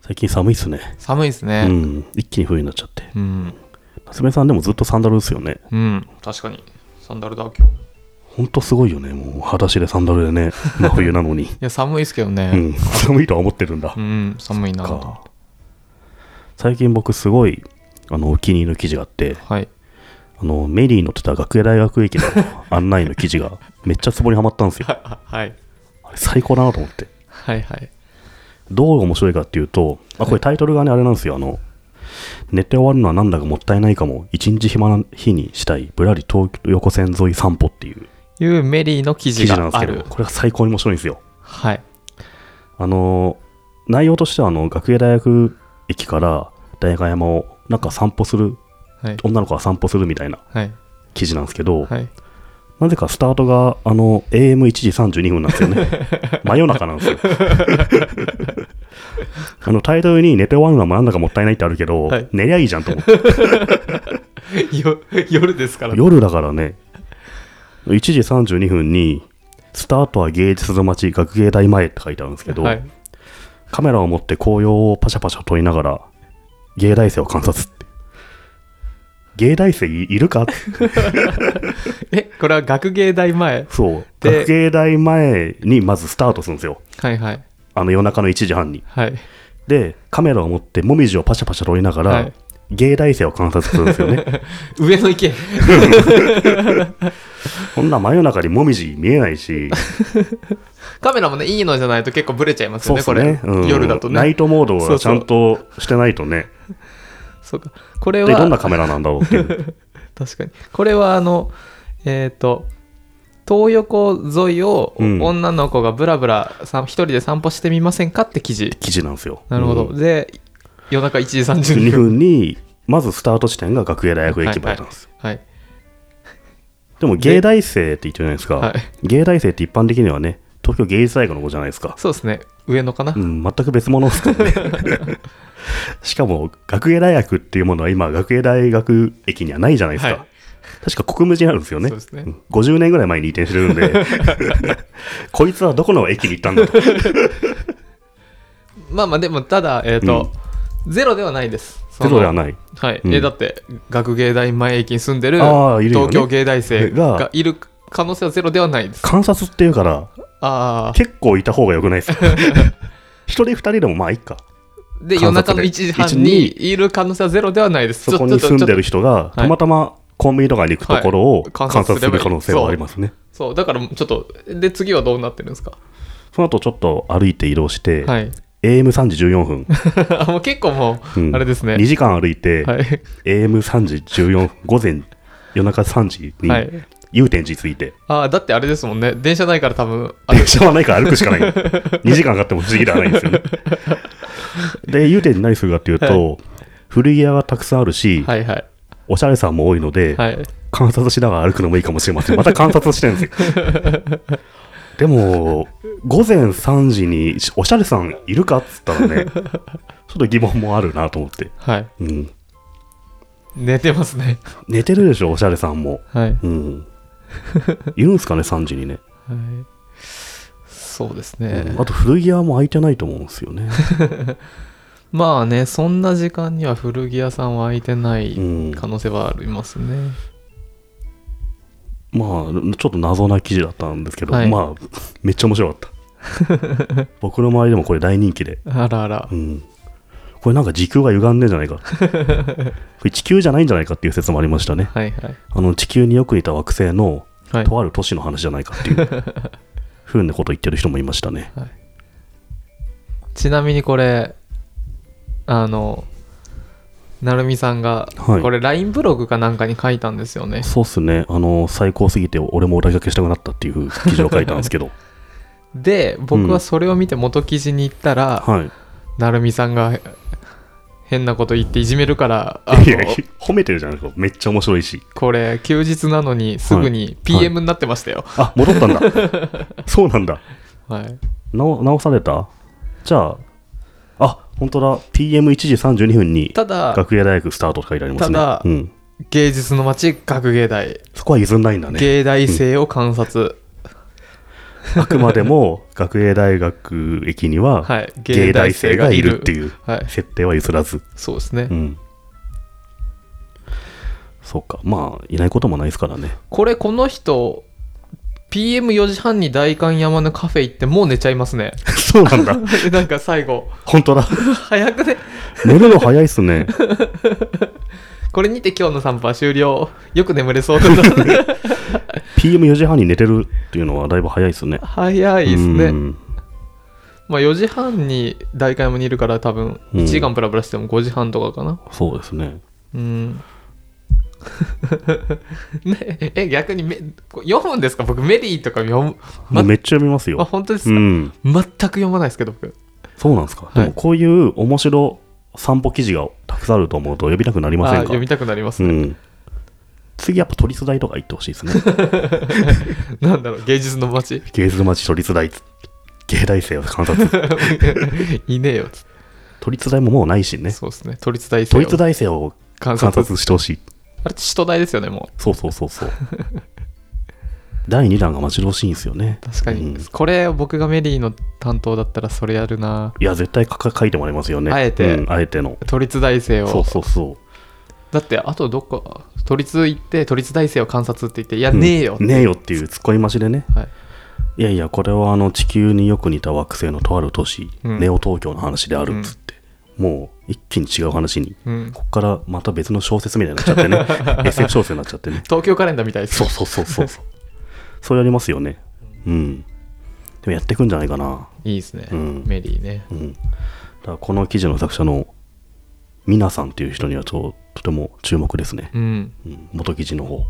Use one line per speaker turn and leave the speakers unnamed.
最近寒いっすね。
寒いです
う
ね。
ん。一気に冬になっちゃって。
うん。
夏目さんでもずっとサンダルですよね。
うん。確かに。サンダルだ、今日。い
ほんとすごいよね。もう裸足でサンダルでね、真冬なのに。
や、寒いですけど
う
ね。
ん。寒いとは思ってるんだ
う。ん、寒いなと。
か。最近僕すごい、あの、お気に入りの記事があって、
はい。
あの、メリーのってた学芸大学駅の案内の記事がめっちゃツボにはまったんですよ。
はい。
あれ最高だなと思って。
はいはい。
どう面白いかっていうと、あ、これタイトルがね、あれなんですよ。あの、寝て終わるのはなんだかもったいないかも。一日暇な日にしたい。ぶらり東京横線沿い散歩っていう
いうメリーの記
記
事
事なんで
が
す
あ
け
る
ど、。これが最高に面白いんですよ。
はい。
あのー内容としてはあの学芸大学駅から大学山をなんか散歩する
はい。
女の子が散歩するみたいな
はい。
記事なんですけど、
はい。
なぜかスタートがあの AM1 時32分なんですよ ね真夜中なんですよあのタイトルに寝て終わるのはなんだかもったいないってあるけど、
はい
寝りゃいいじゃんと思って
よ夜ですからね。
夜だからね1時32分にスタートは芸術の街学芸大前って書いてあるんですけど、
はい。
カメラを持って紅葉をパシャパシャ撮りながら芸大生を観察って芸大生いいる か
え、これは学芸大前
そう
で
学芸大前にまずスタートするんですよ
はいはい。
あの夜中の1時半に
はい。
でカメラを持って紅葉をパシャパシャ撮りながら、
はい
芸大生を観察するんですよ ね
上の池。
こんな真夜中に紅葉見えないし
カメラもね、いいのじゃないと結構ブレちゃいます
そ
よ
う
ね、
です
こ
ね
れ。
うん
夜だと
ナ
ね
イ。トモード
そう
はち
そ
ゃ
うん
としてないとね
そうか。これは。
でどんなカメラなんだろうっていう
確かにこれはあのえっ、と東横沿いを
うん
女の子がぶらぶらさ一人で散歩してみませんかって記事
記事なんですよ
なるほど、
うん
で夜中1時32
12
分
分にまずスタート地点が学芸大学駅前なんですよ
はい
でも芸大生って言ってるじゃないですか、
はい
芸大生って一般的にはね東京芸術大学の子じゃないですか、
そうですね上野かな、
うん、全く別物ですからね しかも学芸大学っていうものは今学芸大学駅にはないじゃないですか、
はい
確か国務寺にあるんですよね
そうですね
ん50年ぐらい前に移転してるん でこいつはどこの駅に行ったんだと
まあまあでもただえっ、と、ゼロではないです
ゼロではないい
はい、
うん
えだって学芸大前駅に住んでる
あーいるよね
東京芸大生
が
がいる可能性はゼロではないです
観察っていうから
ああ
結構いた方がよくないです か一人二人でもまあいいか
で夜
観
中
察
の
で
1時半にいる可能性はゼロではないです
そこに
ちょ
住ん
ちょちょ
でる人が
い
たまたまコンビニとかに行くところを
はい
観察する可能性はありますね、
そう、だからちょっと、で、次はどうなってるんですか
その後ちょっと歩いて移動して、
はい。
AM3 時14分、
あもう結構もう、
うん
あれですね。
2時間歩いて、
はい。
AM3 時14分午前夜中3時に
はい
祐天寺着いて
あだってあれですもんね。電車ないから多分、あれ
電車はないから歩くしかない 2時間かかっても不思議ではないんですよねで祐天寺何するかっていうと、古着屋がたくさんあるし、
はいはい。
おしゃれさんも多いので、
はい。
観察しながら歩くのもいいかもしれません。また観察してるんですよ。 でも、午前3時におしゃれさんいるかっつったらね、ちょっと疑問もあるなと思って。
はい。
うん。
寝てますね。
寝てるでしょ、おしゃれさんも。
はい。はい。
うん。いるんすかね、3時にね。
そうです
うん
ね。
あと、古着屋も空いてないと思うんですよね。
まあね、そんな時間には古着屋さんは空いてない
うん。
可能性はありますね。
まあ、ちょっと謎な記事だったんですけど、
はい
まあ、めっちゃ面白 かった。僕の周りでもこれ大人気で。
あらあら
う。ん、これなんか時空が歪んでんじゃ ないかこれ地球じゃないんじゃないかっていう説もありましたね
はいはい。
あの地球によく似た惑星の
はい。
とある都市の話じゃないかっていう ふうなことを言ってる人もいましたね
ちなみにこれあのなるみさんが、
はい
これ LINE ブログかなんかに書いたんですよね
そうっすねあの最高すぎて俺もお題掛けしたくなったっていう記事を書いたんですけ ど
で僕はそれを見て元記事に行ったら、
はい
なるみさんが変なこと言っていじめるからあ の
いやいや褒めてるじゃないですかめっちゃ面白いし
これ休日なのにすぐに
はい
PM になってましたよ
あ戻 ったんだそうなんだ
はい、
なお直されたじゃああ本当だ PM1 時32分に
ただ
学芸大学スタートって書いてありますね
ただ
うん、
芸術の街学芸大
そこは譲んないんだね
芸大生を観察、
あくまでも学芸大学駅には
はい、
芸大生がいるって
う。
いう
はい、
設定は譲らず、
そうですね。
うん。そっか、まあ、いないこともないですからね。
これ、この人、PM4 時半に代官山のカフェ行って、もう寝ちゃいますね。
そうなんだ。
なんか最後、
本当だ。
早くね、
寝るの早いっすね。
これにて今日の散歩は終了。よく眠れそうだな。
PM4 時半に寝てるっていうのはだいぶ早いっすね。
早いです
う
ね。
ん
まあ4時半に代官山にいるから多分
うん
1時間プラプラしても5時半とかかな。
そうですね。
うん。 ね、え、逆にめこ読むんですか僕メリーとか読む。ま
めっちゃ見ます
あ、
よ。
本当です
う
か、
ん。
全く読まないですけど僕。
そうなんですか。
い
でもこういう面白散歩記事がたくさんあると思うと呼びたくなりま
あ
せんか
読みたくなります
う
ね。
ん。次やっぱ都立大とか行ってほしいですね。
なんだろう、芸術の街。
芸術町都立大つ、芸大生を観察。
いねえよつっ。
都立大ももうないしてね。
そうですね。都立大生
都
を
立大生を
観
観
察。
察してほしい。
あれって首都大ですよね、も
そうそうそうそう。第2弾が待ち遠しいんですよね。
う。確かに。
うん
これ、僕がメリーの担当だったらそれやるな。
いや、絶対書か書いてもらいますよね。
あえて
うんあえての。
都立大生を。
そうそうそ
だってあとどっか都立行って都立大生を観察って言っていや
う。
ねえよ、
うんねえよっていうツッコミ増しでね。
はい、
いやいや、これはあの地球によく似た惑星のとある都市、
うん
ネオ東京の話であるっつって、もう一気に違う話に、
うん、
こっからまた別の小説みたいになっちゃってね、SF 小説になっちゃってね。
東京カレンダーみたいです
そうそうそうそうそう。そうやりますよね。うん。でもやっていくんじゃないかな。
いいですね、
うん
メリーね
うん。だからこの記事の作者のミナさんっていう人にはちょとても注目ですね。
うん
うん、元記事の方。